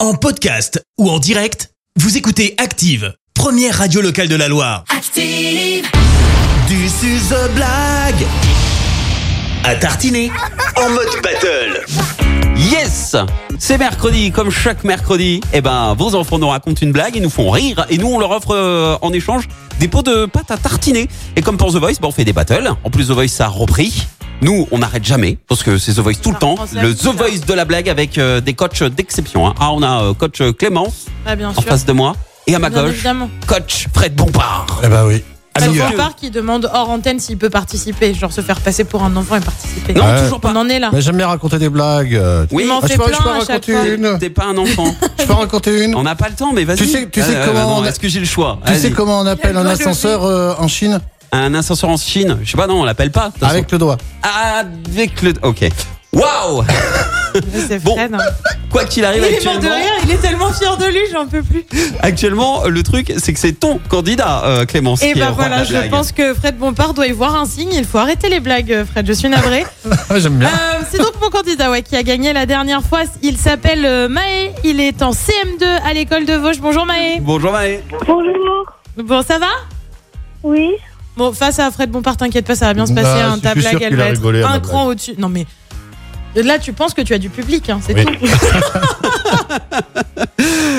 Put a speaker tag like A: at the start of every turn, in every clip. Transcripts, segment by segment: A: En podcast ou en direct, vous écoutez Active, première radio locale de la Loire.
B: Active.
A: Du suze blague à tartiner en mode battle.
C: Yes C'est mercredi, comme chaque mercredi. Eh ben, vos enfants nous racontent une blague, ils nous font rire, et nous, on leur offre euh, en échange des pots de pâte à tartiner. Et comme pour The Voice, ben, on fait des battles. En plus, The Voice, ça a repris. Nous, on n'arrête jamais, parce que c'est The Voice tout le
D: Ah,
C: temps.
D: on se lève
C: Le
D: tout
C: The
D: à l'heure.
C: Voice de la blague avec euh, des coachs d'exception. hein. Ah, on a euh, coach Clémence
D: Ah, bien
C: en
D: sûr.
C: face de moi, et à ma
D: Bien
C: gauche,
D: évidemment.
C: coach Fred Bompard.
E: Eh bah oui.
D: C'est
C: Meilleur.
D: le part qui demande hors antenne s'il peut participer, genre se faire passer pour un enfant et participer.
C: Non,
E: Ouais.
C: toujours pas.
D: On en est là.
E: Mais j'aime bien raconter des blagues. euh,
C: Oui,
D: Il m'en
E: Ah,
D: fait
E: je peux,
D: plein
E: je peux
D: à chaque
E: raconter
D: fois.
E: une.
C: t'es pas un enfant.
E: Je peux en raconter une.
C: On n'a pas le temps, mais vas-y.
E: Tu sais- tu sais comment
C: non,
E: on a-
C: Est-ce que j'ai le choix
E: Tu sais
C: Vas-y.
E: comment on appelle
D: Il a
E: un
D: le doigt levé.
E: ascenseur euh, en Chine
C: Un ascenseur en Chine Je sais pas, non, on l'appelle pas. de toute façon.
E: Avec le doigt.
C: Avec le. Ok. Waouh
D: C'est
C: Bon.
D: Fred, hein.
C: Quoi qu'il
D: Il
C: arrive
D: est mort de
C: actuellement,
D: rire, il est tellement fier de lui, j'en peux plus.
C: actuellement, le truc, c'est que c'est ton candidat, euh, Clémence.
D: Et
C: qui est
D: ben
C: roi de
D: voilà,
C: la
D: je
C: blague.
D: pense que Fred Bompard doit y voir un signe. Il faut arrêter les blagues, euh, Fred. Je suis navré.
E: Ah, j'aime bien.
D: c'est donc mon candidat ouais, qui a gagné la dernière fois. Il s'appelle euh, Maë. Il est en CM2 à l'école de Vosges. Bonjour Maë.
C: Bonjour Maë.
F: Bonjour.
D: Bon, ça va
F: Oui.
D: Bon, face à Fred Bompard, t'inquiète pas, ça va bien se passer.
E: Bah,
D: hein,
E: je
D: ta
E: suis sûr
D: blague, elle
E: qu'il a
D: va être
E: rigolé à ma
D: un
E: blague.
D: cran au-dessus. Non, mais là, tu penses que tu as du public, hein, c'est
E: Oui.
D: tout.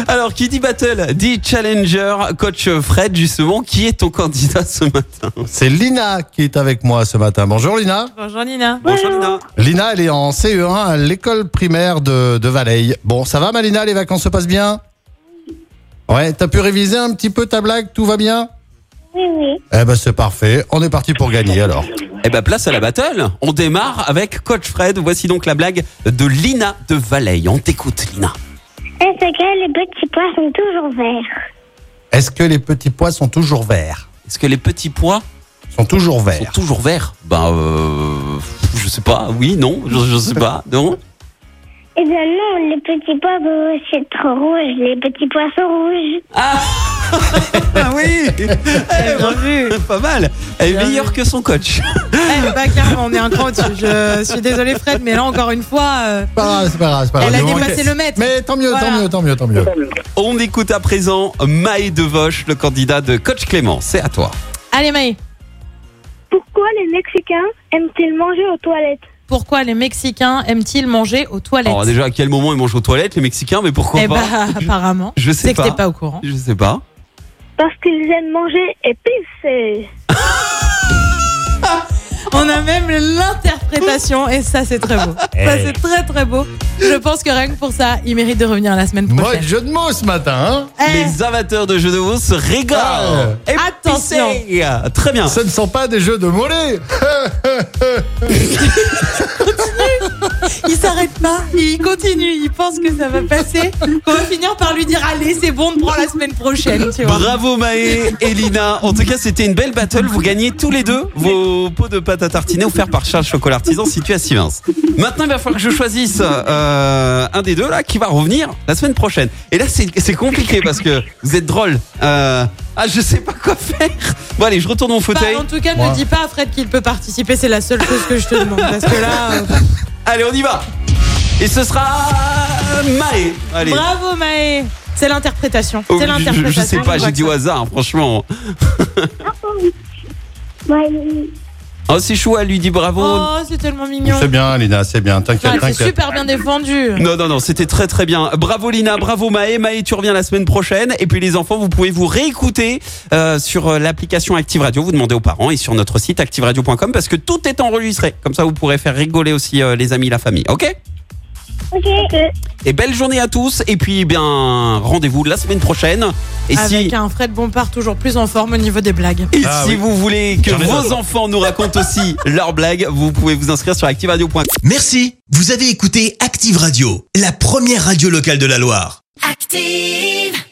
C: Alors, qui dit battle dit challenger, coach Fred, justement. Qui est ton candidat ce matin
E: C'est Lina qui est avec moi ce matin. Bonjour Lina.
D: Bonjour Nina.
C: Bonjour Lina.
E: Lina, elle est en CE1 à l'école primaire de, de Valais. Bon, ça va Malina Les vacances se passent bien Ouais, t'as pu réviser un petit peu ta blague Tout va bien
F: Oui, oui.
E: Eh ben c'est parfait. On est parti pour gagner alors.
C: Eh ben, place à la battle. On démarre avec coach Fred. Voici donc la blague de Lina de Valais. On t'écoute, Lina.
F: Est-ce que les petits pois sont toujours verts
E: Est-ce que les petits pois sont toujours verts
C: Est-ce que les petits pois
E: Sont toujours
C: sont
E: verts.
C: toujours verts Ben, euh, je sais pas. Oui, non, je, je sais pas. Non.
F: Eh bien non, les petits pois euh, c'est trop rouge. Les petits pois sont rouges.
C: Ah oui.
D: Bien vu.
C: eh, Pas mal. Elle est
D: Bien
C: meilleure
D: vu.
C: que son coach.
D: Eh, bah, carrément, on est un cran au-dessus. Je suis désolée, Fred, mais là, encore une fois, euh,
E: C'est pas grave, c'est pas grave. c'est pas
D: elle a
E: grave.
D: dépassé le mètre.
E: Mais tant mieux,
D: Voilà.
E: tant mieux, tant mieux, tant mieux.
C: On écoute à présent Maë Devoche, le candidat de coach Clément. C'est à toi.
D: Allez, Maë,
F: Pourquoi les Mexicains aiment-ils manger aux toilettes
D: pourquoi les Mexicains aiment-ils manger aux toilettes
E: Oh,
C: Alors déjà, à quel moment ils mangent aux toilettes, les Mexicains Mais pourquoi
D: Eh
C: pas
D: bah, apparemment.
C: Je sais
D: C'est que
C: pas.
D: t'es pas au courant.
C: Je sais pas.
F: Parce qu'ils aiment manger épicé.
D: On a même l'interprétation, et ça, c'est très beau. Ça,
E: Eh.
D: c'est très, très beau. Je pense que rien que pour ça, il mérite de revenir la semaine
E: Moi,
D: prochaine.
E: jeu de mots ce matin. hein.
D: Eh,
C: Les amateurs de jeux de mots se régolent.
E: Ah.
C: Épicé.
D: Attention.
C: Très bien.
E: Hein Ce ne sont pas des jeux de mollets.
D: Il s'arrête pas, il continue, il pense que ça va passer, qu'on va finir par lui dire allez c'est bon, on te prend la semaine prochaine, tu vois.
C: Bravo Maë et Lina. En tout cas, c'était une belle battle. Vous gagnez tous les deux vos pots de pâte à tartiner offerts par Charles Chocolat Artisan situé à Sivins. Maintenant, il va falloir que je choisisse euh, un des deux là qui va revenir la semaine prochaine. Et là, c'est c'est compliqué parce que vous êtes drôle. Euh, ah, je sais pas quoi faire. Bon, allez, je retourne mon
D: Bah,
C: fauteuil.
D: en tout cas,
E: Moi.
D: ne dis pas à Fred qu'il peut participer, c'est la seule chose que je te demande. Parce que là, euh,
C: Allez, on y va. Et ce sera Maë. Allez.
D: bravo Maë, c'est l'interprétation.
C: Oh,
D: C'est
C: je- je, je
D: l'interprétation.
C: sais pas,
D: je
C: j'ai dit au
D: vois
C: hasard, franchement.
F: Ouais.
C: Oh, c'est chou, elle lui dit
D: que
C: bravo.
D: ça- Oh, c'est tellement mignon.
E: C'est bien, Lina, c'est bien.
D: Ah,
E: T'inquiète,
D: C'est
E: t'inquiète.
D: super bien défendu.
C: Non, non, non, c'était très très bien. Bravo Lina, bravo Maë. Maë, tu reviens la semaine prochaine. Et puis les enfants, vous pouvez vous réécouter euh, sur euh, l'application Active Radio. Vous demandez aux parents et sur notre site activeradio.com parce que tout est enregistré. Comme ça, vous pourrez faire rigoler aussi euh, les amis, la famille. Ok
F: Ok.
C: Et belle journée à tous. Et puis, eh bien, rendez-vous la semaine prochaine. Et si...
D: Avec un Fred Bompard toujours plus en forme au niveau des blagues.
C: Et
E: Ah
C: si
E: oui.
C: vous voulez que
E: J'en ai
C: vos enfants nous racontent aussi leurs blagues, vous pouvez vous inscrire sur activeradio.com.
A: Merci, vous avez écouté Active Radio, la première radio locale de la Loire.
B: Active.